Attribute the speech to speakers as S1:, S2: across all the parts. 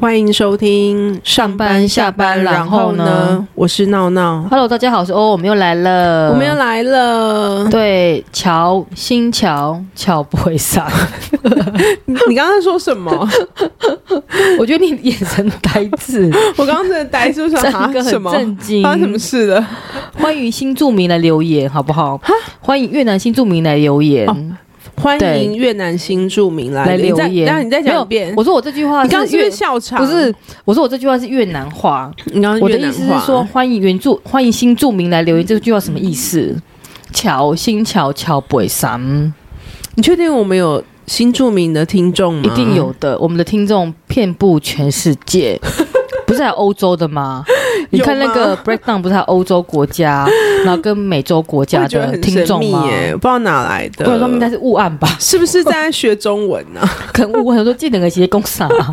S1: 欢迎收听上班下班，
S2: 然
S1: 然
S2: 后
S1: 后
S2: 呢
S1: 呢？呃我是闹闹，
S2: Hello，大家好，我是欧，我们又来了，
S1: 我们又来了。
S2: 对乔新乔乔不 会上，
S1: 你刚刚说什么？
S2: 我觉得你眼神呆 滞，
S1: 我刚刚真的呆住，想啊
S2: 整个
S1: 什
S2: 很
S1: 么？
S2: 震惊。
S1: 发生什么事了？
S2: 欢迎新住民来留言，好不好？欢迎越南新住民来留言，
S1: 哦欢迎
S2: 对
S1: 越南新住民来
S2: 来留言。
S1: 那你再
S2: 没
S1: 讲
S2: 有
S1: 一遍。
S2: 我说我这句话
S1: 你刚刚
S2: 是
S1: 是不
S2: 越
S1: 是笑场？
S2: 不是，我说我这句话是越南话。
S1: 你刚刚
S2: 我的
S1: 嗯越
S2: 意
S1: 南
S2: 思是
S1: 话
S2: 说，，欢迎原住，欢迎新住民来留言，这句话什么意思？乔新乔乔不会上。
S1: 你确定我们有新住民的听众吗？
S2: 一定有的，我们的听众遍布全世界， 不是还有欧洲的吗？你看那个 breakdown 不是还有欧洲 国家，然后跟美洲国
S1: 我
S2: 家
S1: 觉得
S2: 的
S1: 很
S2: 听
S1: 神
S2: 众
S1: 秘
S2: 吗？
S1: 耶，不知道哪来
S2: 我
S1: 的。
S2: 想说应该是误案吧，
S1: 是不是在学中文啊呢？
S2: 可能误案。我说这两个直接攻上啊，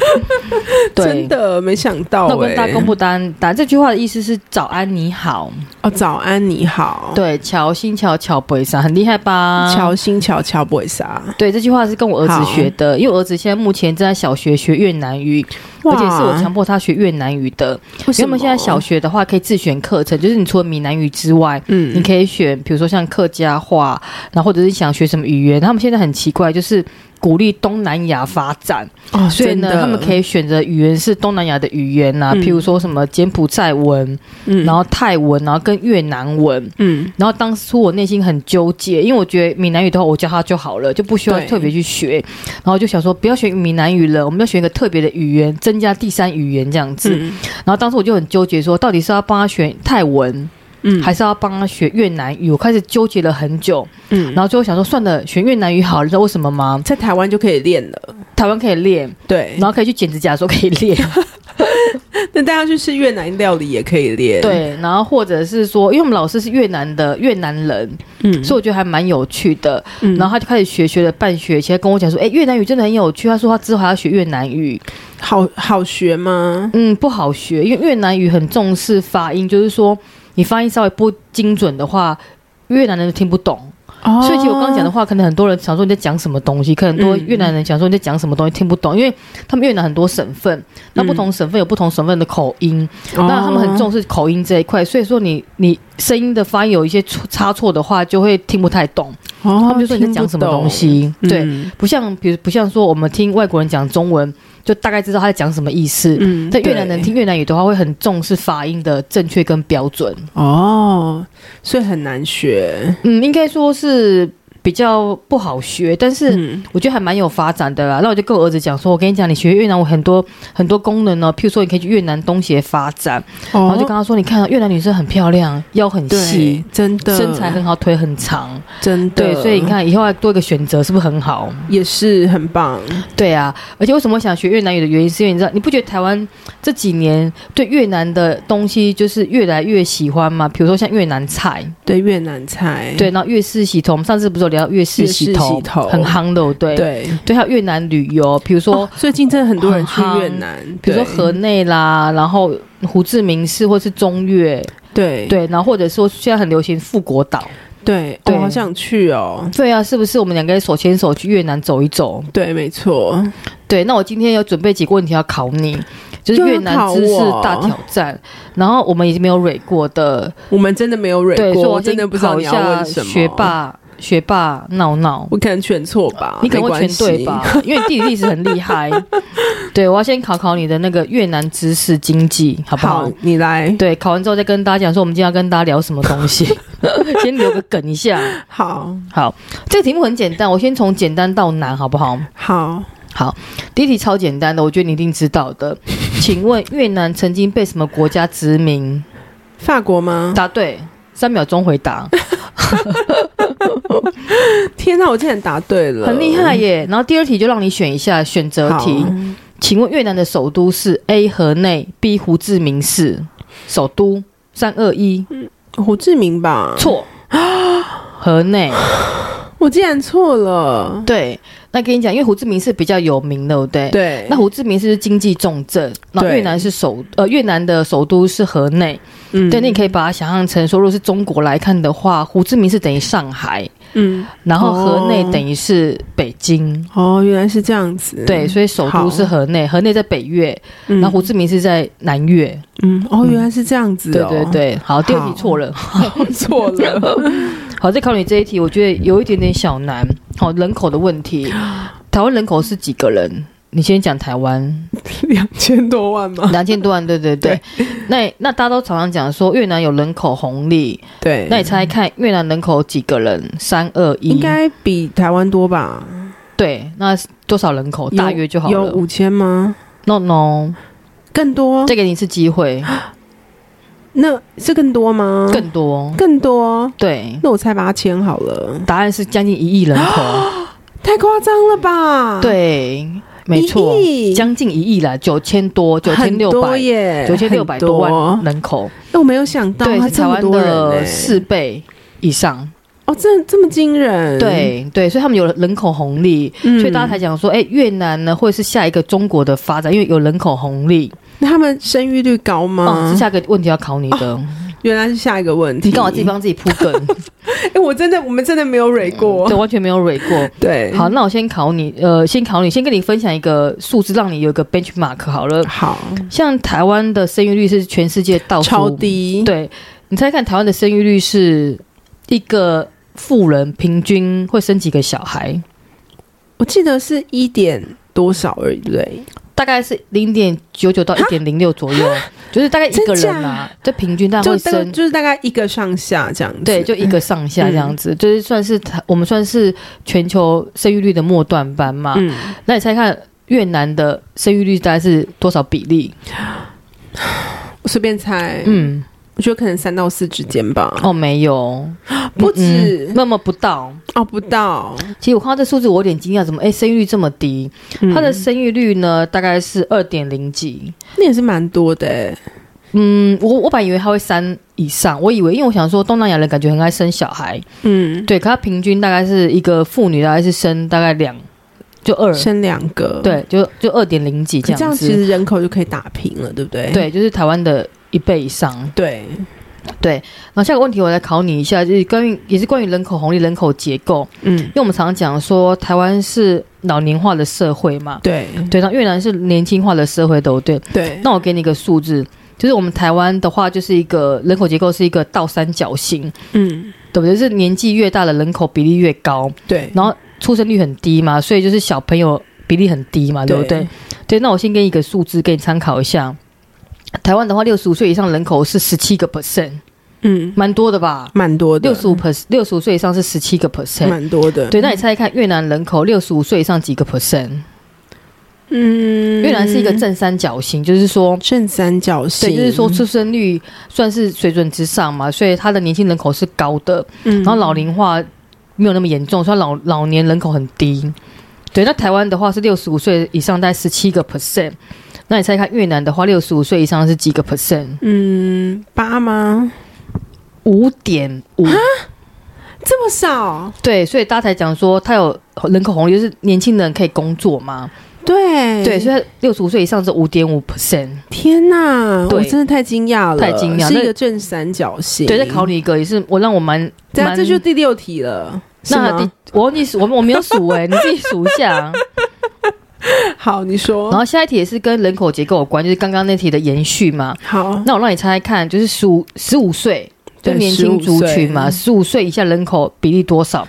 S1: 真
S2: 对。
S1: 的没想到
S2: 那我
S1: 哎
S2: 跟大家。公布答案，答案这句话的意思是“早安，你好
S1: 哦，早安，你”。好。
S2: 对，乔新乔乔北上，很厉害吧？
S1: 哦乔新乔乔不会杀，
S2: 对，这句话是跟我儿
S1: 好
S2: 子学的，因为我儿子现在目前正在小学学越南语，而且是我强迫他学越南语的。
S1: 为
S2: 因为我们现在小学的话，可以自选课程，就是你除了闽南语之外，
S1: 嗯
S2: 你可以选，比如说像客家话，然后或者是想学什么语言。他们现在很奇怪，就是鼓励东南亚发展，
S1: 哦，
S2: 所以呢，他们可
S1: 以
S2: 以选择语言是东南亚的语言呐、
S1: 嗯
S2: 譬如说什么柬埔寨文，
S1: 嗯
S2: 然后泰文，然后跟越南文。
S1: 嗯
S2: 然后当初我内心很纠结，因为我觉得闽南语的话，我教他就好了，就不需要
S1: 对
S2: 特别去学。然后就想说，不要学闽南语了，我们要选一个特别的语言，增加第三语言这样子。
S1: 嗯
S2: 然后当时我就很纠结说，到底是要帮他学泰文，
S1: 嗯
S2: 还是要帮他学越南语？我开始纠结了很久，
S1: 嗯，然
S2: 然后最后想说，算了，学越南语好了。你知道为什么吗
S1: 后？在台湾就可以练了，
S2: 台湾可以练，
S1: 对
S2: 然，后可以去剪指甲的时候可以练，
S1: 那大家去吃越南料理也可以练，，
S2: 对。然后或者是说，因为我们老师是越南的越南人，
S1: 嗯
S2: 所以我觉得还蛮有趣的。
S1: 嗯
S2: 然后他就开始学，学了半学期，他跟我讲说，哎，越南语真的很有趣。他说他之后还要学越南语，
S1: 好好学吗？
S2: 嗯，不好学，因为越南语很重视发音，就是说你发音稍微不精准的话，越南人听不懂。
S1: 哦
S2: 所以，其实我刚刚讲的话，可能很多人想说你在讲什么东西，可能很多
S1: 嗯
S2: 越南人想说你在讲什么东西听不懂，因为他们越南很多省份，那不同省份有不同省份的口音，
S1: 嗯
S2: 那他们很，重视口音这一块，所以说你你声音的发音有一些错差错的话，就会听不太懂，
S1: 哦
S2: 他们就说你在讲什么东，西，
S1: 听不懂嗯
S2: 对，，不像比如不像说我们听外国人讲中文，就大概知道他在讲什么意思。
S1: 嗯
S2: 但越南人听越南语的话，会很重视发音的正确跟标准。
S1: 哦，所以很难学，
S2: 嗯，应该说是比较不好学，但是
S1: 嗯
S2: 我觉得还蛮有发展的啦。那我就跟我儿子讲说，我跟你讲，你学越南，我很多很多功能哦，譬如说你可以去越南东协发展，
S1: 哦
S2: 然后就跟他说，你看越南女生很漂亮，腰很
S1: 对
S2: 细，，
S1: 真的
S2: 身材很好，腿很长，
S1: 真的，
S2: 对，所以你看以后要多一个选择，是不是很好？
S1: 也是很棒，
S2: 对啊，而且为什么我想学越南语的原因，是因为你知道，你不觉得台湾这几年对越南的东西就是越来越喜欢吗？比如说像越南菜，
S1: 对越南菜，
S2: 对，然后粤式洗头，我们上次不是有聊到粤式
S1: 粤式
S2: 洗头
S1: 洗头
S2: 很夯的，对
S1: 对，
S2: 对，还有越南旅游，比如说。
S1: 哦最近真的很多人去
S2: 很夯
S1: 越南，
S2: 比如说
S1: 对
S2: 河内啦，然后胡志明市或是中越，
S1: 对
S2: 对，然后或者说现在很流行富国岛，
S1: 对，我、
S2: 对
S1: 哦、好想去哦。
S2: 对啊，是不是我们两个人手牵手去越南走一走？
S1: 对，没错，
S2: 对，那我今天有准备几个问题要考你，就是
S1: 又要
S2: 越南
S1: 考
S2: 知识
S1: 我
S2: 大挑战，然后我们已经没有蕊过的，
S1: 我们真的没有蕊
S2: 对，所
S1: 过，
S2: 以
S1: 我
S2: 我
S1: 真的不知道
S2: 考
S1: 你
S2: 一
S1: 要
S2: 下
S1: 问什么。
S2: 学，霸学霸闹闹。
S1: 我可能选错吧，
S2: 你可能
S1: 没
S2: 会
S1: 关
S2: 全
S1: 系
S2: 对吧？？因为你地理历史很厉 害。对，我要先考考你的那个越南知识经济，好不好？
S1: 好，你来。
S2: 对，考完之后再跟大家讲说我们今天要跟大家聊什么东西，先留个梗一下。
S1: 好
S2: 好，这个题目很简单，我先从简单到难，好不好？
S1: 好，
S2: 第一题超简单的，我觉得你一定知道的。请问越南曾经被什么国家殖民？
S1: 法国吗？
S2: 答对，三秒钟回答，
S1: 天哪，我竟然答对了，
S2: 很厉害耶。然后第二题就让你选一下选择
S1: 好
S2: 题，请问越南的首都是 A 河内，B 胡志明市，首都三二一，
S1: 胡志明吧？
S2: 错，河内。
S1: 我竟然错了。
S2: 对，那跟你讲，因为胡志明市比较有名，对不对？。
S1: 对，
S2: 那胡志明市是经济重镇，那
S1: 对
S2: 越南是首呃越南的首都是河内，
S1: 嗯
S2: 对，那你可以把它想象成说，如果是中国来看的话，胡志明市等于上海，
S1: 嗯，
S2: 然后河内
S1: 哦
S2: 等于是北京，
S1: 哦，原来是这样子。
S2: 对，所以首都是河内，河内在北越，
S1: 嗯，
S2: 然后胡志明是在南越，
S1: 嗯，哦，原来是这样子
S2: 对
S1: 哦。
S2: 对对。好，第二
S1: 好
S2: 题错了，
S1: 对，错了。
S2: 好，再考你这一题，我觉得有一点点小难。好，人口的问题，台湾人口是几个人？你先讲台湾
S1: 两千多万 吗？
S2: 两千多万，对对对。那那大家都常常讲说越南有人口红利，
S1: 对，
S2: 那你猜看越南人口几个人？三二一，
S1: 应该比台湾多吧？
S2: 对。那多少人口？
S1: 有
S2: 大约就好
S1: 有
S2: 了。
S1: 五千吗？
S2: No No，
S1: 更多？
S2: 再给你一次机会，
S1: 嗯那是更多吗？
S2: 更多。
S1: 更多？
S2: 对，
S1: 那我猜八千好了，
S2: 答案是将近一亿人 口。
S1: 太夸张了吧？，
S2: 对，没错
S1: 一，亿
S2: 将近一亿啦，九千多，九千
S1: 很
S2: 六
S1: 多
S2: 百。
S1: 耶，
S2: 九千六百多万
S1: 很多。
S2: 人口，
S1: 那我没有想到，
S2: 对，
S1: 它
S2: 是
S1: 这
S2: 台
S1: 么
S2: 湾
S1: 多人
S2: 的
S1: 呢
S2: 四倍以上。
S1: 哦，这这么惊人，，
S2: 对对，所以他们有人口红利，
S1: 嗯
S2: 所以大家才讲说，哎，越南呢会是下一个中国的发展，因为有人口红利。
S1: 那他们生育率高
S2: 哦，
S1: 吗
S2: 是？下个问题要考你的，
S1: 原来是哦下一个问题。
S2: 你刚好自己帮自己铺 梗，
S1: 哎，我真的，我们真的没有蕊过
S2: 对，，完全没有蕊过。
S1: 对，
S2: 嗯好，，那我先考你，呃，先考你，先跟你分享一个数字，让你有一个 benchmark 好了。
S1: 好，
S2: 像台湾的生育率是全世界倒数
S1: 超低，，
S2: 对，你猜看台湾的生育率是一个妇人平均会生几个小孩？
S1: 我记得是一点多少而已，对不对，
S2: 大概是零点九九到一点零六左右，就是大概一个人
S1: 真
S2: 啊，就平均大概
S1: 就
S2: 会
S1: 大概
S2: 生。
S1: 就是大概一个上下这样子，
S2: 对，就一个上下这样
S1: 嗯
S2: 子，就是算是台我们算是全球生育率的末段班嘛。
S1: 嗯，
S2: 那你猜看越南的生育率大概是多少比例？
S1: 我随便猜，嗯，
S2: 嗯，
S1: 我觉得可能三到四之间吧，
S2: 哦，没有，
S1: 不
S2: 嗯
S1: 止，
S2: 那么不到。
S1: 哦，不到，
S2: 其实我看到这数字，我有点惊讶，怎么哎生育率这么低？它的
S1: 嗯
S2: 生育率呢，大概是二点零几。
S1: 那也是蛮多的欸，
S2: 嗯，我我本来以为它会三以上，我以为，因为我想说东南亚人感觉很爱生小孩，
S1: 嗯，
S2: 对，可它平均大概是一个妇女大概是生大概两就二，
S1: 生两个，
S2: 对，就就二点零几
S1: 可
S2: 这
S1: 这
S2: 样
S1: 样
S2: 子，
S1: 其实人口就可以打平了，对不对？
S2: 对，就是台湾的一倍以上。
S1: 对，
S2: 然后下个问题我来考你一下，就是关于也是关于人口红利、人口结构，
S1: 嗯
S2: 因，为我们常常讲说台湾是老年化的社会嘛，
S1: 对
S2: 对，那越南是年轻化的社会，对不对？
S1: 对，
S2: 那我给你一个数字，就是我们台湾的话，就是一个人口结构是一个倒三角形，
S1: 嗯
S2: 对不对？就是年纪越大的人口比例越高，
S1: 对，
S2: 然后出生率很低嘛，所以就是小朋友比例很低嘛，对不对？对，那我先给你一个数字给你参考一下。台湾的话，六十五岁以上人口是十七个 percent，
S1: 嗯，
S2: 蛮多的吧？
S1: 蛮多的，
S2: 六十五 percent，六十五岁以上是十七个 percent。
S1: 蛮多的，
S2: 对，那你猜一看越南人口六十五岁以上几个 percent？
S1: 嗯，
S2: 越南是一个正三角形，就是说
S1: 正三角形，
S2: 对，就是说出生率算是水准之上嘛，所以它的年轻人口是高的，
S1: 嗯，
S2: 然后老龄化没有那么严重，所以老老年人口很低。对，那台湾的话是六十五岁以上，大概十七个 percent。那你猜看越南的话，六十五岁以上是几个 percent？
S1: 嗯八吗？
S2: 五点五。
S1: 这么少？
S2: 啊对，所以大家才讲说它有人口红利，就是年轻人可以工作嘛。
S1: 对
S2: 对，所以六十五岁以上是五点五 percent。
S1: 天哪，
S2: 对
S1: 我真的太惊讶了，
S2: 太惊讶
S1: 是
S2: 那
S1: 一个正三角形。
S2: 对，再考你一个，也是我让我蛮
S1: 对啊，
S2: 蛮
S1: 这就第六题了。是
S2: 那
S1: 吗
S2: 第我忘记数，我我没有数哎、你自己数一下啊。
S1: 好，你说
S2: 然后下一题也是跟人口结构有关，就是刚刚那题的延续嘛。
S1: 好，
S2: 那我让你猜猜看，就是十五十五岁就
S1: 对
S2: 年轻族群嘛，
S1: 15
S2: 十五岁以下人口比例多少？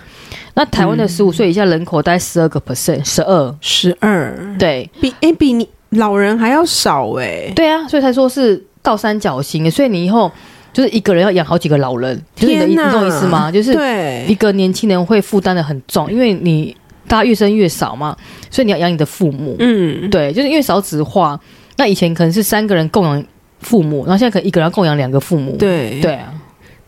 S2: 那台湾的十五岁以下人口大概十二个 percent，十二。
S1: 十二，
S2: 对
S1: 比哎比你老人还要少哎，
S2: 对啊，所以才说是倒三角形，所以你以后就是一个人要养好几个老人，就是你的
S1: 天
S2: 意，你
S1: 哪
S2: 懂我意思吗？就是一
S1: 对，
S2: 个年轻人会负担的很重，因为你大家越生越少嘛，所以你要养你的父母。
S1: 嗯，
S2: 对，就是因为少子化，那以前可能是三个人供养父母，然后现在可能一个人要供养两个父母。
S1: 对
S2: 对啊，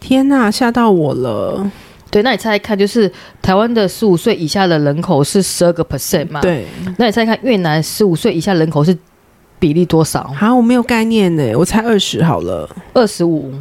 S1: 天哪，吓到我了，
S2: 对，那你猜猜看，就是台湾的十五岁以下的人口是十二个 percent 嘛？，
S1: 对，
S2: 那你猜猜看越南十五岁以下人口是比例多少？
S1: 好，我没有概念呢，我才二十好了，
S2: 二十五。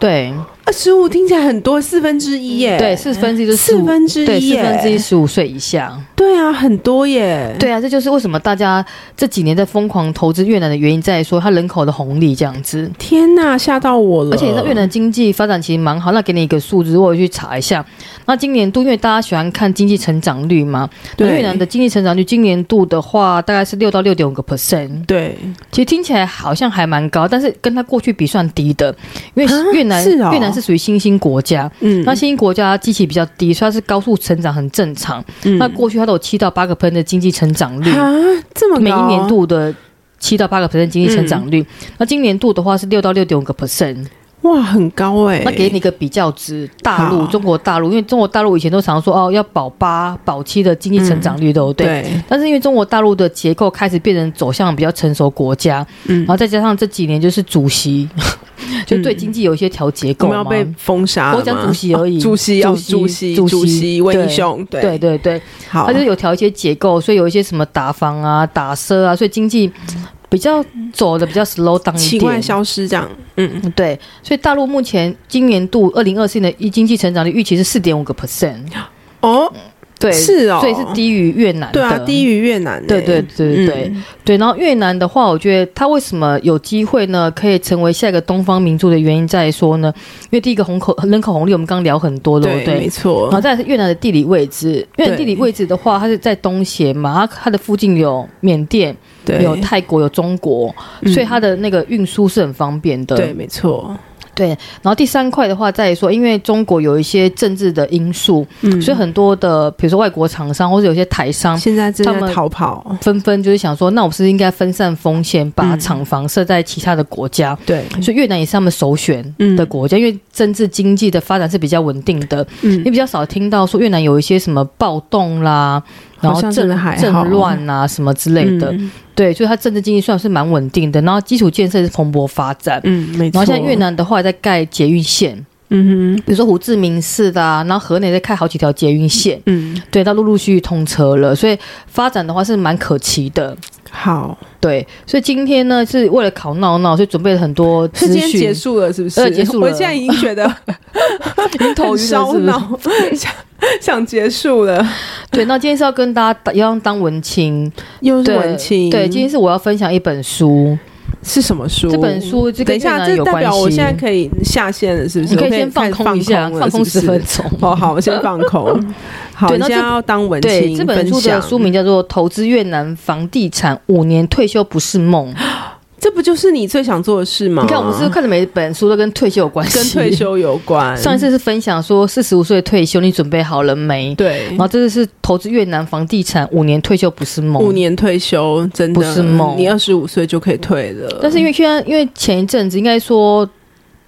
S2: 对，
S1: 二十五听起来很多，四分之一耶。
S2: 对，四分之一就是
S1: 四分之一
S2: 对，四
S1: 耶
S2: 分之一十五岁以下。
S1: 对啊，很多耶。
S2: 对啊，这就是为什么大家这几年在疯狂投资越南的原因，在于说它人口的红利这样子。
S1: 天呐，吓到我了！
S2: 而且你知道越南经济发展其实蛮好，那给你一个数字，我有去查一下。那今年度因为大家喜欢看经济成长率嘛，那
S1: 对
S2: 越南的经济成长率今年度的话大概是六到六点五个 percent，
S1: 对
S2: 其实听起来好像还蛮高，但是跟它过去比算低的，因
S1: 啊
S2: 为越南、
S1: 是哦
S2: 越南是属于新兴国家，
S1: 嗯
S2: 那新兴国家基期比较低，所以它是高速成长很正常。
S1: 嗯
S2: 那过去它都有七到八个 percent 的经济成长率，
S1: 啊，这么高
S2: 每一年度的。七到八个 percent 经济成长率，
S1: 嗯
S2: 那今年度的话是六到六点五个 percent，
S1: 哇，很高哎。
S2: 那给你一个比较值，大陆
S1: 好
S2: 中国大陆，因为中国大陆以前都常说哦要保八保七的经济成长
S1: 嗯
S2: 率，对不对？
S1: 对，
S2: 但是因为中国大陆的结构开始变成走向比较成熟国家，
S1: 嗯
S2: 然后再加上这几年就是主席， 就对经济有一些调结
S1: 我
S2: 构
S1: 们
S2: 嘛。
S1: 要被封杀了吗
S2: 我讲主席而已
S1: 哦主席要
S2: 主席
S1: 主席
S2: 主席
S1: 主席为
S2: 对
S1: 英雄，
S2: 对
S1: 对，
S2: 对对，
S1: 好
S2: 它，就是有调一些结构，所以有一些什么打房啊、打奢啊，所以经济比较走的比较 slow down 一
S1: 奇怪
S2: 点。
S1: 消失这样，嗯，
S2: 对，所以大陆目前今年度二零二四年的经济成长率预期是四点五个 percent，
S1: 哦，
S2: 对，
S1: 是哦
S2: 所以是低于越南的。
S1: 对啊，低于越南欸，
S2: 嗯对对对对对、
S1: 嗯
S2: 对，然后越南的话，我觉得它为什么有机会呢？可以成为下一个东方明珠的原因在于说呢，因为第一个红口人口红利，我们刚刚聊很多了，对
S1: 对，
S2: 不
S1: 没
S2: 对？然后
S1: 错，
S2: 再来是越南的地理位置，越南地理位置的话，它是在东协嘛，它它的附近有缅甸、
S1: 对，
S2: 有泰国、有中国，
S1: 嗯
S2: 所以它的那个运输是很方便的。
S1: 对，没错，
S2: 对，然后第三块的话，在于说，因为中国有一些政治的因素，
S1: 嗯
S2: 所以很多的，比如说外国厂商或者有些台商，
S1: 现在正
S2: 他们
S1: 在逃跑，
S2: 纷纷就是想说，那我是不是应该分散风险，把
S1: 嗯
S2: 厂房设在其他的国家。
S1: 对，
S2: 所以越南也是他们首选
S1: 嗯
S2: 的国家，因为政治经济的发展是比较稳定的。
S1: 嗯
S2: 你比较少听到说越南有一些什么暴动啦，然后
S1: 好像
S2: 政
S1: 真的还好
S2: 政乱啦什么之类的。
S1: 嗯
S2: 对，所以它政治经济算是蛮稳定的，然后基础建设是蓬勃发展。
S1: 嗯，没
S2: 然
S1: 错，
S2: 后像越，南的话，在盖捷运线，
S1: 嗯哼，
S2: 比如说胡志明市的、啊，然后河内在开好几条捷运线，
S1: 嗯，
S2: 对，它陆陆续续通车了，所以发展的话是蛮可期的。
S1: 好，
S2: 对，所以今天呢是为了考闹闹，所以准备了很多
S1: 是
S2: 资
S1: 今天
S2: 讯，
S1: 结束了，是不
S2: 呃
S1: 是？
S2: 结束
S1: 我
S2: 了
S1: 现在已经 觉得
S2: 已经
S1: 很
S2: 头晕了
S1: 烧
S2: 是不是？
S1: 脑， 想想结束了，
S2: 对，那今天是要跟大家打要当文青，
S1: 又是
S2: 对
S1: 文青，
S2: 对，今天是我要分享一本书，
S1: 是什么书？
S2: 这本。书就
S1: 等
S2: 跟
S1: 一
S2: 越
S1: 下，
S2: 南
S1: 这
S2: 有
S1: 代
S2: 关
S1: 表我现在
S2: 系。
S1: 可以下线了，是不是？
S2: 你可以
S1: 我
S2: 先放
S1: 开始
S2: 空一下，
S1: 空
S2: 放空十
S1: 十
S2: 分。钟。
S1: 哦，好，我先放空。 好，
S2: 对
S1: 你
S2: 那
S1: 现在
S2: 这
S1: 要当文
S2: 对，
S1: 青，
S2: 这本书
S1: 分享
S2: 的书名叫做《投资越南房地产五年退休不是梦》。
S1: 啊这不就是你最想做的事吗？
S2: 你看，我们是不是看的每一本书都跟退休有关系。
S1: 跟退，休有关。
S2: 上一次是分享说四十五岁退休，你准备好了没？
S1: 对
S2: 然，后这次是投资越南房地产，五年退休不是梦。
S1: 五。年退休真的
S2: 不是梦
S1: 你二十五岁就可以退了。
S2: 但是因为现在，因为前一阵子应该说。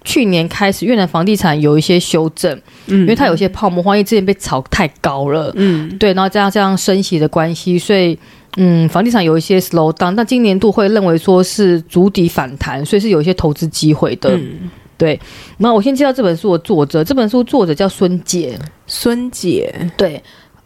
S2: 去年开始，越南房地产有一些修正，
S1: 嗯，
S2: 因为它有一些泡沫化，因为之前被炒太高了，
S1: 嗯
S2: 对，然后加上这样升息的关系，所以嗯，房地产有一些 slow down。但今年度会认为说是筑底反弹，所以是有一些投资机会的。
S1: 嗯
S2: 对，那我先介绍这本书的作者，这本书作者叫孙姐，
S1: 孙姐，
S2: 对，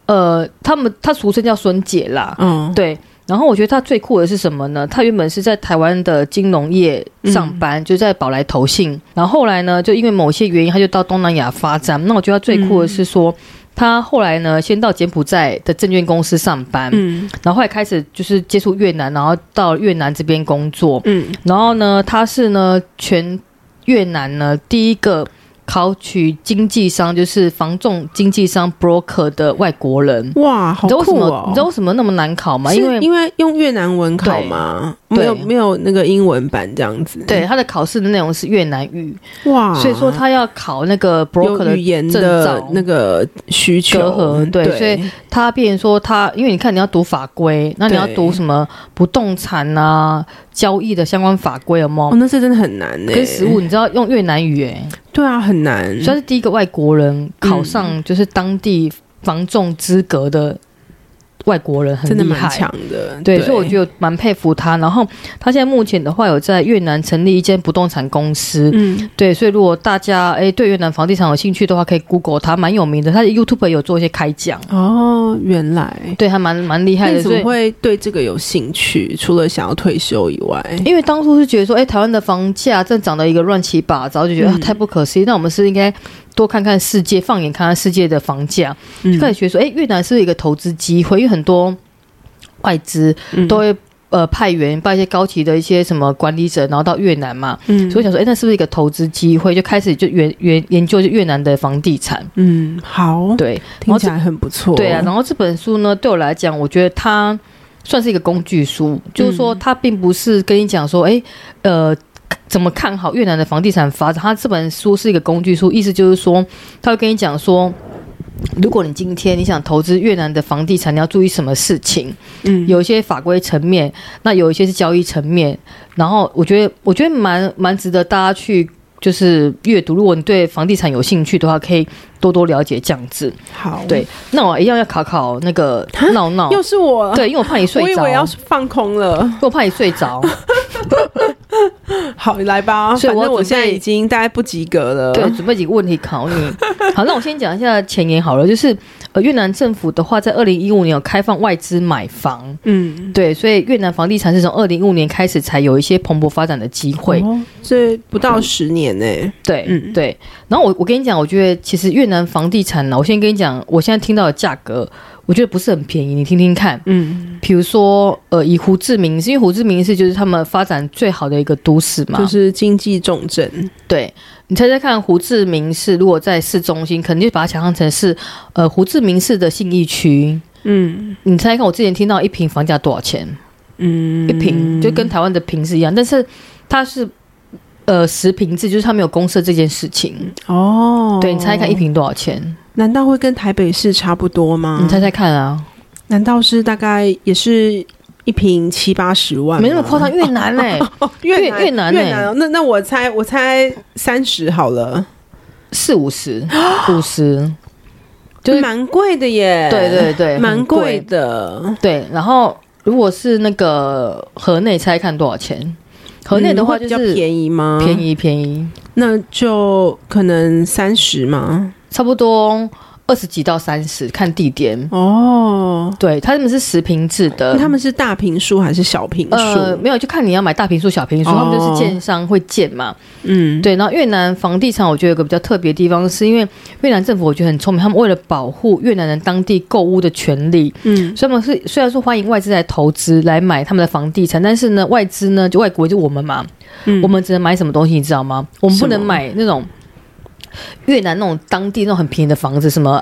S2: 呃，他们他俗称叫孙姐啦，
S1: 嗯，
S2: 对。然后我觉得他最酷的是什么呢？他原本是在台湾的金融业上班，
S1: 嗯
S2: 就在宝来投信。然后后来呢，就因为某些原因，他就到东南亚发展。那我觉得他最酷的是说，他后来呢，先到柬埔寨的证券公司上班，
S1: 嗯
S2: 然后后来开始就是接触越南，然后到越南这边工作。
S1: 嗯，
S2: 然后呢，他是呢全越南呢第一个考取经纪商，就是房仲经纪商 broker 的外国人。
S1: 哇，好
S2: 你知道为什
S1: 酷
S2: 么？
S1: 哦！
S2: 你知道为什么那么难考吗？
S1: 是
S2: 因为
S1: 因为用越南文考吗？
S2: 对
S1: 没有
S2: 对
S1: 没有那个英文版这样子。
S2: 对，他的考试的内容是越南语，
S1: 哇，
S2: 所以说他要考那个 broker
S1: 啊有
S2: 的
S1: 语言
S2: 证
S1: 的
S2: 照
S1: 那个需
S2: 隔
S1: 求
S2: 阂对所以他变成说他，因为你看你要读法规，那你要
S1: 对
S2: 读什么不动产啊、交易的相关法规有
S1: 哦，
S2: 吗？
S1: 那是真的很难呢。
S2: 跟实务，你知道用越南语诶、
S1: 对啊，很难
S2: 所以。他是第一个外国人考上就是当地房仲资格的外国人很
S1: 真的
S2: 厉
S1: 蛮
S2: 害。
S1: 强的。
S2: 对，所以我觉
S1: 得，
S2: 得蛮佩服他。然后他现在目前的话，有在越南成立一间不动产公司。
S1: 嗯，
S2: 对，所以如果大家诶对越南房地产有兴趣的话，可以 Google 他，蛮有名的。他的 YouTube 有做一些开讲，
S1: 哦，原来。
S2: 对，还蛮蛮厉害
S1: 那
S2: 的。
S1: 你怎么
S2: 所以
S1: 会对这个有兴趣？除了想要退休以外，
S2: 因为当初是觉得说，哎、台湾的房价正涨得一个乱七八糟，就觉得、啊
S1: 嗯
S2: 太不可思议。那我们是应该多看看世界，放眼看看世界的房价，
S1: 嗯
S2: 就开始觉得说，哎、越南是不是一个投资机会，因为很多外资
S1: 嗯
S2: 都会呃派员，派一些高级的一些什么管理者，然后到越南嘛，
S1: 嗯
S2: 所以我想说，哎、那是不是一个投资机会？就开始就研研研究就越南的房地产，
S1: 嗯，好，
S2: 对，
S1: 听起来很不错。
S2: 对啊，然后这本书呢，对我来讲，我觉得它算是一个工具书，就是说它并不是跟你讲说，哎、呃。怎么看好越南的房地产发展？它这本书是一个工具书，意思就是说，他会跟你讲说，如果你今天你想投资越南的房地产，你要注意什么事情？
S1: 嗯，
S2: 有一些法规层面，那有一些是交易层面。然后我觉得，我觉得蛮蛮值得大家去就是阅读。如果你对房地产有兴趣的话，可以多多了解这样子。
S1: 好，
S2: 对，，那我一样要考考那个闹闹。
S1: 又是我，
S2: 对，因为我怕你睡
S1: 我以
S2: 着，
S1: 为要
S2: 因
S1: 放空了。
S2: 为我怕你 睡着。
S1: 好，来吧，
S2: 所以
S1: 反
S2: 我
S1: 正我
S2: 准备
S1: 现在已经大概不及格了。
S2: 对，准备几个问题考你。好，那我先讲一下前言好了，就是呃，越南政府的话，在二零一五年有开放外资买房，
S1: 嗯，
S2: 对，所以越南房地产是从二零一五年开始才有一些蓬勃发展的机会。
S1: 哦，这不到十年呢、
S2: 对，
S1: 嗯
S2: 对。然后我我跟你讲，我觉得其实越南房地产啊呢，我先跟你讲，我现在听到的价格，我觉得不是很便宜，你听听看。
S1: 嗯，
S2: 比如说，呃，以胡志明市，因为胡志明市就是他们发展最好的一个都市嘛，
S1: 就是经济重镇。
S2: 对。你猜猜看，胡志明市如果在市中心，肯定把它想象成是，呃，胡志明市的信义区。
S1: 嗯
S2: 你猜猜看，我之前听到一平房价多少钱？
S1: 嗯
S2: 一平就跟台湾的平是一样，但是它是呃十平制，就是它没有公社这件事情。
S1: 哦，
S2: 对你猜猜看，一，平多少钱？
S1: 难道会跟台北市差不多吗？
S2: 你猜猜看啊，
S1: 难道是大概也是一瓶七八十万？
S2: 没那么夸张，。越 南嘞、
S1: 哦，越南
S2: 越越南欸
S1: 越南哦，那那我猜我猜三十好了，
S2: 四五十、五十，就是
S1: 蛮贵的耶。
S2: 对对对，
S1: 蛮
S2: 很
S1: 贵的。
S2: 对，然后如果是那个河内，猜看多少钱？河内的话就
S1: 嗯会比较
S2: 是
S1: 便宜吗？
S2: 便，宜便宜，
S1: 那就可能三十嘛。
S2: 差不多二十几到三十，看地点。
S1: 哦，
S2: 对，他们是十平制的，
S1: 那他们是大平数还是小哦平数？
S2: 呃没有，就看你要买大平数、小平数，
S1: 哦
S2: 他们就是建商会建嘛。
S1: 嗯，
S2: 对，然后越南房地产，我觉得有个比较特别的地方，是因为越南政府我觉得很聪明，他们为了保护越南人当地购物的权利，
S1: 嗯，
S2: 所以他们是虽然说欢迎外资来投资来买他们的房地产，但是呢，外资呢就外国就我们嘛，
S1: 嗯
S2: 我们只能买什么东西，你知道吗？我们不
S1: 什
S2: 能
S1: 么
S2: 买那种越南那种当地那种很便宜的房子，什么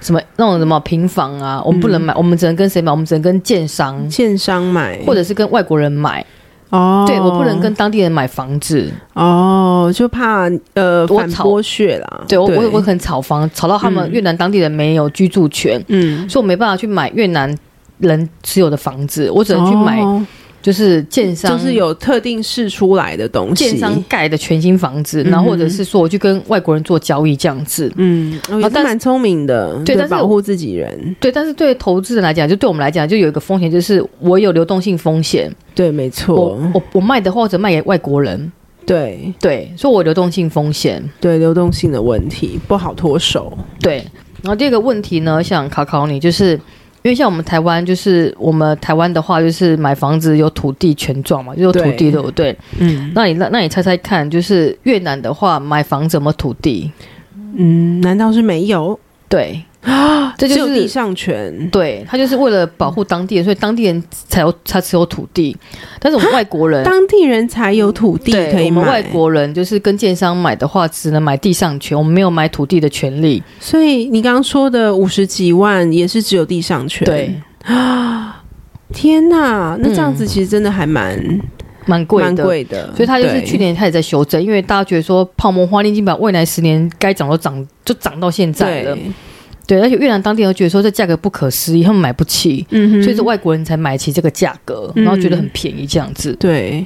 S2: 什么那种什么平房啊，我们不
S1: 嗯
S2: 能买，我们只能跟谁买？我们只能跟建商
S1: 建商买
S2: 或者是跟外国人买。
S1: 哦，
S2: 对我不能跟当地人买房子，
S1: 哦，就怕呃
S2: 我
S1: 反
S2: 炒
S1: 剥削啦。
S2: 对我我我可能炒房，炒到他们
S1: 嗯
S2: 越南当地人没有居住权，
S1: 嗯，
S2: 所以我没办法去买越南人持有的房子，我只能去买
S1: 哦
S2: 就是建商
S1: 就是有特定试出来的东西。
S2: 建商盖的全新房子，
S1: 嗯
S2: 然后或者是说我去跟外国人做交易这样子。
S1: 嗯，哦也
S2: 啊
S1: 是
S2: 但是
S1: 蛮聪明的，
S2: 对但是
S1: 保护自己人，
S2: 对，但是对投资人来讲，就对我们来讲，就有一个风险，就是我有流动性风险，
S1: 对，啊没
S2: 我
S1: 错，
S2: 我我卖的话，我只卖给外国人，
S1: 对
S2: 对，所以我有流动性风险，
S1: 对，流动性的问题不好脱手。
S2: 对。然后第二个问题呢，想考考你，就是因为像我们台湾，就是我们台湾的话，就是买房子有土地权状嘛，就有土
S1: 对
S2: 地对不对？
S1: 嗯
S2: 那你那那你猜猜看，就是越南的话，买房子有没有土地？
S1: 嗯，难道是没有？
S2: 对啊，这就
S1: 只有地
S2: 是
S1: 上权。
S2: 对他就是为了保护当地人，所以当地人才有才持有土地，但是我们外国 人。
S1: 当地人才有土地
S2: 对
S1: 可以
S2: 我们
S1: 买，
S2: 外国人就是跟建商买的话，只能买地上权，我们没有买土地的权利。
S1: 所以你刚刚说的五十几万也是只有地上权。
S2: 对，，
S1: 天呐，那
S2: 嗯
S1: 这样子其实真的还蛮
S2: 蛮贵
S1: 蛮
S2: 的。
S1: 贵的，
S2: 所以他就是
S1: 对
S2: 去年开始在修正，因为大家觉得说泡沫化，你已经把未来十年该涨都涨，就涨到现在了。
S1: 对，
S2: 对，而且越南当地人觉得说这价格不可思议，他们买不起，
S1: 嗯哼
S2: 所以是外国人才买起这个价格，
S1: 嗯
S2: 然后觉得很便宜这样子。
S1: 对，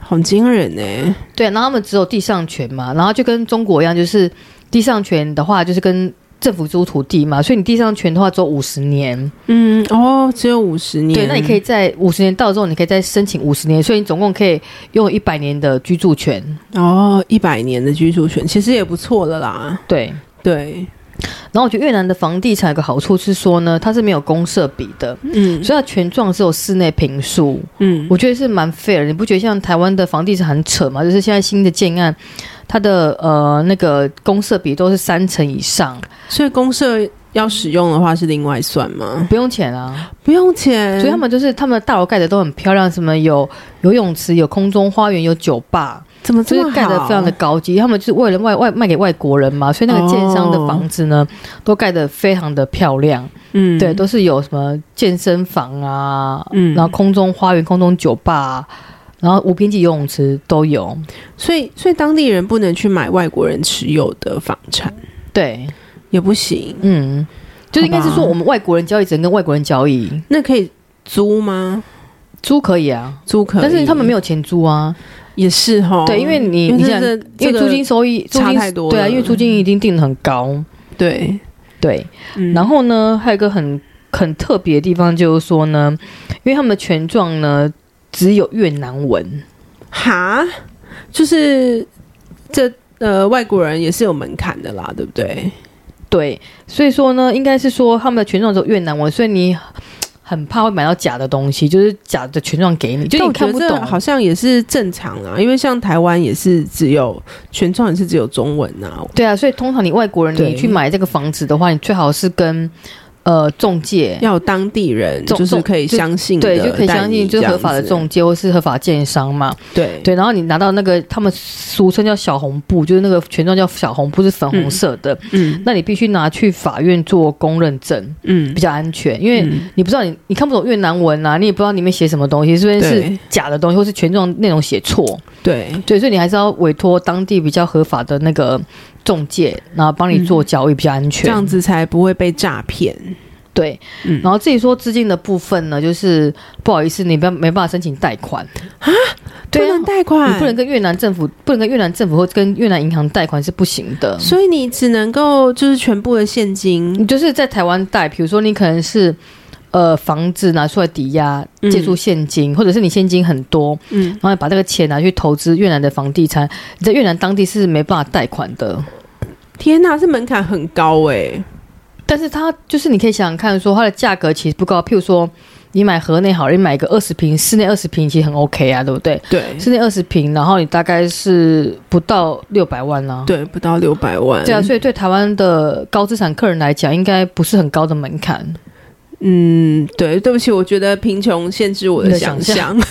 S1: 好惊人欸呢、
S2: 对，然后他们只有地上权嘛，然后就跟中国一样，就是地上权的话，就是跟政府租土地嘛，所以你地上权的话只有五十年。
S1: 嗯，哦，只有五十年。
S2: 对，那你可以在五十年到之后，你可以再申请五十年，所以你总共可以用一百年的居住权。
S1: 哦，一百年的居住权其实也不错了啦。
S2: 对，
S1: 对，
S2: 然后我觉得越南的房地产有个好处是说呢，它是没有公设比的，
S1: 嗯
S2: 所以它全幢只有室内平数。
S1: 嗯，
S2: 我觉得是蛮 fair 的，你不觉得像台湾的房地产很扯吗？就是现在新的建案，它的呃那个公设比都是三成以上，
S1: 所以公社要使用的话是另外算吗？
S2: 不用钱啊。
S1: 不用钱，
S2: 所以他们就是他们的大楼盖的都很漂亮，什么有游泳池、有空中花园、有酒吧，
S1: 怎么这
S2: 就
S1: 么
S2: 是盖的
S1: 好
S2: 非常的高级。他们就是为了外外卖给外国人嘛，所以那个建商的房子呢，都盖的非常的漂亮。
S1: 哦嗯
S2: 对，都是有什么健身房啊，
S1: 嗯
S2: 然后空中花园、空中酒吧、啊，然后无边际游泳池都有。
S1: 所以所以当地人不能去买外国人持有的房产，
S2: 对，
S1: 也不行。
S2: 嗯，就是应该是
S1: 好
S2: 说
S1: 吧
S2: 我们外国人交易只能跟外国人交易，
S1: 那可以租吗？
S2: 租可以啊，
S1: 租可以，
S2: 但是他们没
S1: 有，
S2: 有钱租啊。
S1: 也是哈。
S2: 对，因为你你
S1: 因为
S2: 想，
S1: 这
S2: 因
S1: 这
S2: 为
S1: 个
S2: 租金收益租
S1: 差
S2: 金
S1: 太多了
S2: 对啊，因为租金一定定得很高。
S1: 对，
S2: 对，
S1: 嗯
S2: 然后呢，还有一个很很特别的地方就是说呢，因为他们的权状呢只有越南文，
S1: 哈，就是这呃外国人也是有门槛的啦，对不对？
S2: 对，所以说呢，应该是说他们的权状只有越南文，所以你。很怕会买到假的东西，就是假的权状给你，就
S1: 但
S2: 你
S1: 我觉
S2: 看
S1: 得
S2: 不
S1: 这
S2: 懂。啊
S1: 好像也是正常啦，因为像台湾也是只有全创也是只有中文啊。
S2: 对啊，所以通常你外国人
S1: 对
S2: 你去买这个房子的话，你最好是跟呃中介，
S1: 要有当地人
S2: 中
S1: 就是可以
S2: 中
S1: 相信的带
S2: 对，
S1: 你这样
S2: 就
S1: 子，
S2: 可以相信就是合法的中介或是合法建商嘛。
S1: 对
S2: 对，然后你拿到那个他们俗称叫小红布，就是那个权状叫小红布，是粉红色的，
S1: 嗯
S2: 那你必须拿去法院做公认证，
S1: 嗯
S2: 比较安全，因为。
S1: 嗯
S2: 你不知道你你看不懂越南文啊，你也不知道里面写什么东西，是不是
S1: 对
S2: 是假的东西，或是权状内容写错？
S1: 对
S2: 对，所以你还是要委托当地比较合法的那个中介，然后帮你做交易，比较安全。
S1: 这样子才不会被诈骗。
S2: 对，
S1: 嗯
S2: 然后至于说资金的部分呢，就是不好意思，你不要没办法申请贷款啊，对
S1: 不
S2: 啊
S1: 能。贷款，
S2: 你不能跟越南政府，不能跟越南政府或跟越南银行贷款是不行的。
S1: 所以你只能够就是全部的现金
S2: 你就是在台湾贷，比如说你可能是呃房子拿出来抵押，
S1: 嗯
S2: 借助现金，或者是你现金很多，
S1: 嗯
S2: 然后把这个钱拿去投资越南的房地产，你在越南当地是没办法贷款的。
S1: 天哪，这门槛很高哎、
S2: 但是它就是你可以想想看，说它的价格其实不高，譬如说你买河内好了，你买一个二十平，室内二十平其实很 OK 啊，对不对？
S1: 对
S2: 室内二十平，然后你大概是不到六百万啦、
S1: 对，不到六百万，
S2: 对啊，所以对台湾的高资产客人来讲，应该不是很高的门槛。
S1: 嗯，对，对不起，我觉得贫穷限制我的
S2: 你的
S1: 想
S2: 想
S1: 象。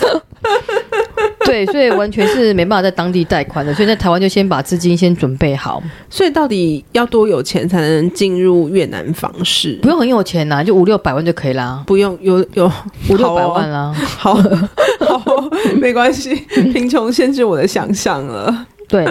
S2: 对，所以完全是没办法在当地贷款的，所以在台湾就先把资金先准备好，
S1: 所以到底要多有钱才能进入越南房市？
S2: 不用很有钱 呐、就五六百万就可以啦，
S1: 不用，有有
S2: 五六百万啦。
S1: 好哦好哦没关 系，贫穷限制我的想象了。
S2: 对，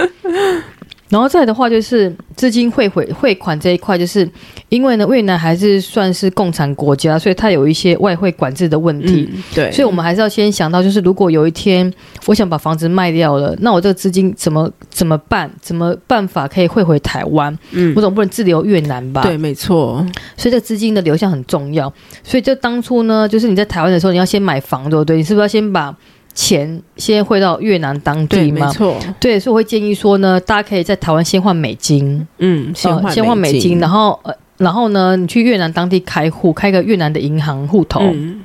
S2: 然后再来的话就是资金汇回汇款这一块，就是因为呢越南还是算是共产国家，所以它有一些外汇管制的问题。
S1: 嗯，对，
S2: 所以，我们还是要先想到，就是如果有一天我想把房子卖掉了，那我这个资金怎么怎么办？怎么办法可以汇回台湾？
S1: 嗯
S2: 我，总不能滞留越南吧？
S1: 对，没错，
S2: 所以这资金的流向很重要。所以就当初呢，就是你在台湾的时候，你要先买房，对不对？你是不是要先把钱先汇到越南当
S1: 对，
S2: 地
S1: 没
S2: 嘛？
S1: 错，
S2: 对，所以我会建议说呢，大家可以在台湾先换美金，
S1: 嗯，先
S2: 呃
S1: 换
S2: 先换美
S1: 金，
S2: 金，然后呃，然后呢，你去越南当地开户，开个越南的银行户头，
S1: 嗯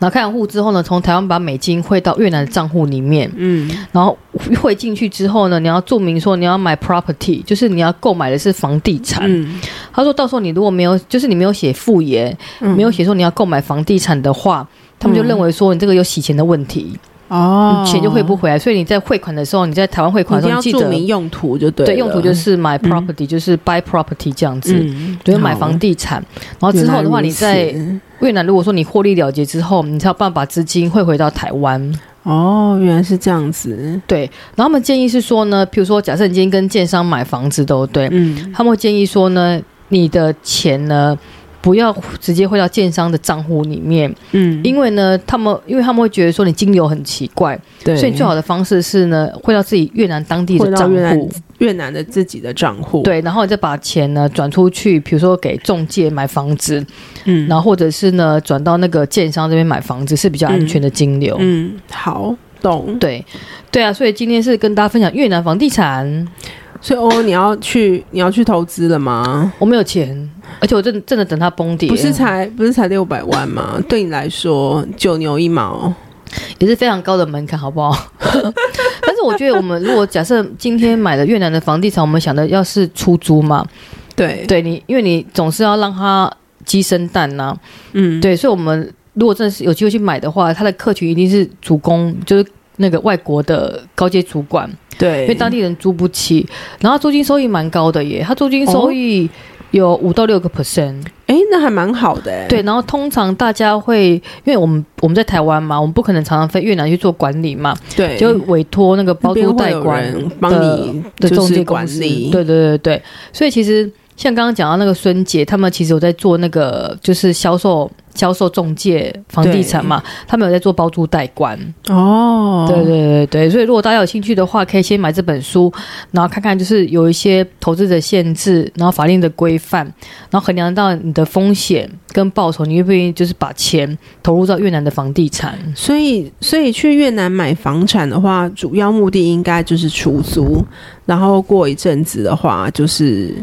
S2: 然后开完户之后呢，从台湾把美金汇到越南的账户里面，
S1: 嗯
S2: 然后汇进去之后呢，你要注明说你要买 property，就是你要购买的是房地产。
S1: 嗯，
S2: 他说到时候你如果没有，就是你没有写附言，
S1: 嗯
S2: 没有写说你要购买房地产的话，他们就认为说你这个有洗钱的问题，
S1: 哦，
S2: 你钱就汇不回来。所以你在汇款的时候，你在台湾汇
S1: 你
S2: 款
S1: 一
S2: 的
S1: 定要
S2: 时候，你记
S1: 注
S2: 得
S1: 明用途就对了，
S2: 对用途就是买 property，、就是 buy property 这样子。
S1: 嗯，
S2: 就是买房地产，然后之后的话，你
S1: 原来
S2: 在
S1: 如此
S2: 越南，如果说你获利了结之后，你才有办法把资金汇回到台湾。
S1: 哦，原来是这样子，
S2: 对，然后他们建议是说呢，比如说，假设你今天跟建商买房子，对不对？
S1: 嗯
S2: 他们会建议说呢，你的钱呢不要直接汇到建商的账户里面，
S1: 嗯，
S2: 因为呢，他们因为他们会觉得说你金流很奇怪，
S1: 对，
S2: 所以最好的方式是呢，汇到自己越南当地
S1: 回
S2: 的
S1: 到
S2: 账
S1: 越南
S2: 户，
S1: 越南的自己的账户，，
S2: 对，然后你再把钱呢转出去，比如说给中介买房子，
S1: 嗯，
S2: 然后或者是呢转到那个建商这边买房子是比较安全的金流。
S1: 嗯，好，懂。
S2: 对，对啊，所以今天是跟大家分享越南房地产。
S1: 所以欧哦欧，你要去你要去投资了吗？
S2: 我没有钱，而且我真的真的等它崩跌，
S1: 不是才不是才六百万吗？对你来说九牛一毛，
S2: 也是非常高的门槛，好不 好？但是我觉得，我们如果假设今天买了越南的房地产，我们想的要是出租嘛，
S1: 对，
S2: 对你，因为你总是要让它鸡生蛋呐、
S1: 嗯，
S2: 对，所以我们如果真的是有机会去买的话，它的客群一定是主攻，就是那个外国的高阶主管，
S1: 对，
S2: 因为当地人租不起，然后租金收益蛮高的耶，它租金收益有五到六个 percent。
S1: 哎，那还蛮好的、欸，
S2: 对，然后通常大家会，因为我们我们在台湾嘛，我们不可能常常飞越南去做管理嘛，
S1: 对，
S2: 就委托那个包
S1: 那边
S2: 租
S1: 会
S2: 代
S1: 有
S2: 管
S1: 人帮你
S2: 的
S1: 就
S2: 中
S1: 是
S2: 介
S1: 管
S2: 公司。
S1: 理，
S2: 对对对对，所以其实像刚刚讲到那个孙姐，他们其实有在做那个就是销售销售中介房地产嘛，他们有在做包租代管。
S1: 哦，
S2: 对对对对，所以如果大家有兴趣的话，可以先买这本书，然后看看就是有一些投资的限制，然后法令的规范，然后衡量到你的风险跟报酬，你愿不愿意就是把钱投入到越南的房地产？
S1: 所以，所以去越南买房产的话，主要目的应该就是出租，然后过一阵子的话，就是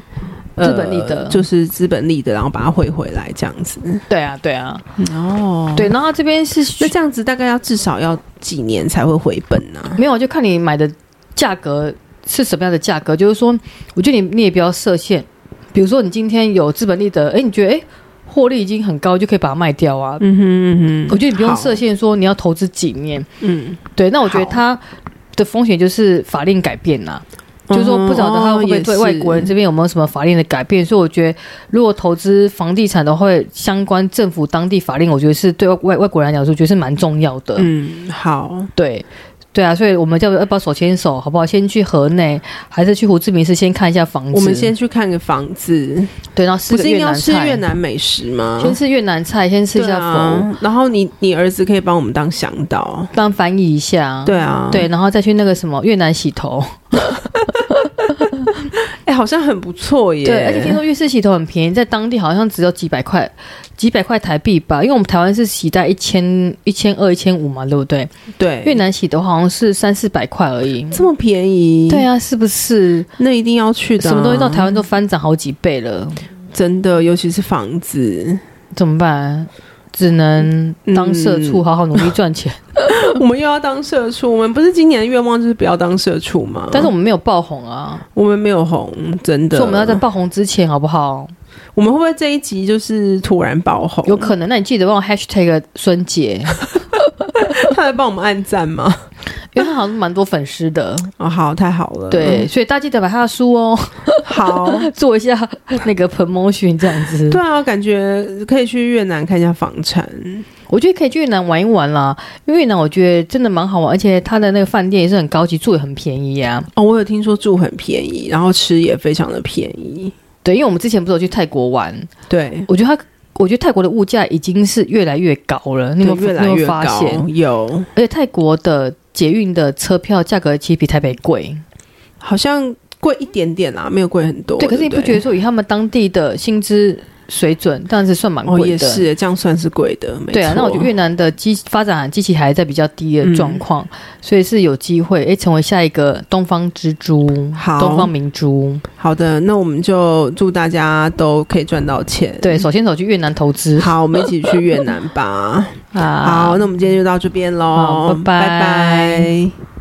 S1: 呃
S2: 资本利得
S1: 就是资本利得，然后把它汇回来这样子。
S2: 对啊，对啊，
S1: 哦，
S2: 对。然后这边是
S1: 那这样子大概要至少要几年才会回本呢、
S2: 没有，就看你买的价格是什么样的价格。就是说，我觉得你你也不要设限，比如说你今天有资本利得，哎，你觉得哎获利已经很高，就可以把它卖掉啊。
S1: 嗯哼嗯
S2: 我觉得你不用
S1: 好
S2: 设限说你要投资几年，
S1: 嗯，
S2: 对。那我觉得
S1: 好
S2: 它的风险就是法令改变呐、就是说不晓得它会
S1: 哦
S2: 不会对外国人这边有没有什么法令的改变，所以我觉得如果投资房地产的话，相关政府当地法令，我觉得是对外外外国人来讲，我觉得是蛮重要的。
S1: 嗯，好，
S2: 对。对啊，所以我们叫要不要手牵手，好不好？先去河内，还是去胡志明市先看一下房子？
S1: 我们先去看个房子，
S2: 对，然后试
S1: 不
S2: 个
S1: 是应
S2: 越
S1: 该要
S2: 南
S1: 吃
S2: 菜，
S1: 越南美食吗？
S2: 先吃越南菜，先试一
S1: 对
S2: 下佛，
S1: 啊，然后你你儿子可以帮我们当向导，
S2: 当翻译一下。
S1: 对啊，
S2: 对，然后再去那个什么越南洗头。
S1: 哎、好像很不错耶。
S2: 对，而且听说越式洗头很便宜，在当地好像只有几百块，几百块台币吧，因为我们台湾是洗在一千、一千二、一千五嘛，对不对？
S1: 对
S2: 越南洗头好像是三四百块而已。
S1: 这么便宜，
S2: 对啊，是不是？
S1: 那一定要去的啊、
S2: 什么东西到台湾都翻涨好几倍了。
S1: 真的，尤其是房子，
S2: 怎么办？只能当社畜，
S1: 嗯
S2: 好好努力赚钱。
S1: 我们又要当社畜。我们不是今年的愿望就是不要当社畜吗？
S2: 但是我们没有爆红啊，
S1: 我们没有红，真的。
S2: 所以我们要在爆红之前，好不好？
S1: 我们会不会这一集就是突然爆红？
S2: 有可能。那你记得帮我 hashtag 孙姐，
S1: 他来帮我们按赞吗？
S2: 因为她好像蛮多粉丝的。
S1: 哦，好，太好了。
S2: 对，，所以大家记得买她的书哦，
S1: 好，
S2: 做一下那个 promotion 这样子。
S1: 对啊，感觉可以去越南看一下房产。
S2: 我觉得可以去越南玩一玩啦，因为越南我觉得真的蛮好玩，而且它的那个饭店也是很高级，住也很便宜啊。
S1: 哦，我有听说住很便宜，然后吃也非常的便宜。
S2: 对，因为我们之前不是有去泰国玩，
S1: 对，
S2: 我觉得它。我觉得泰国的物价已经是越来越高了，你有没
S1: 对
S2: 有
S1: 越来
S2: 你有
S1: 越
S2: 没有发
S1: 高
S2: 现？，
S1: 有
S2: 而且泰国的捷运的车票价格其实比台北贵，
S1: 好像贵一点点啦，没有贵很多。
S2: 对。
S1: 对，
S2: 可是你不觉得？说以他们当地的薪资水准，当然是算蛮
S1: 哦，也
S2: 贵的。
S1: 是耶，这样算是贵的，没
S2: 对啊，
S1: 错
S2: 那我觉得越南的机发展机器还在比较低的状况，
S1: 嗯
S2: 所以是有机会诶成为下一个东方之珠，
S1: 好
S2: 东方明珠。
S1: 好的，那我们就祝大家都可以赚到钱。，
S2: 对，手牵手去越南投资
S1: 嗯好，我们一起去越南吧。
S2: 啊！
S1: 好，那我们今天就到这边喽
S2: 好，拜拜
S1: 拜拜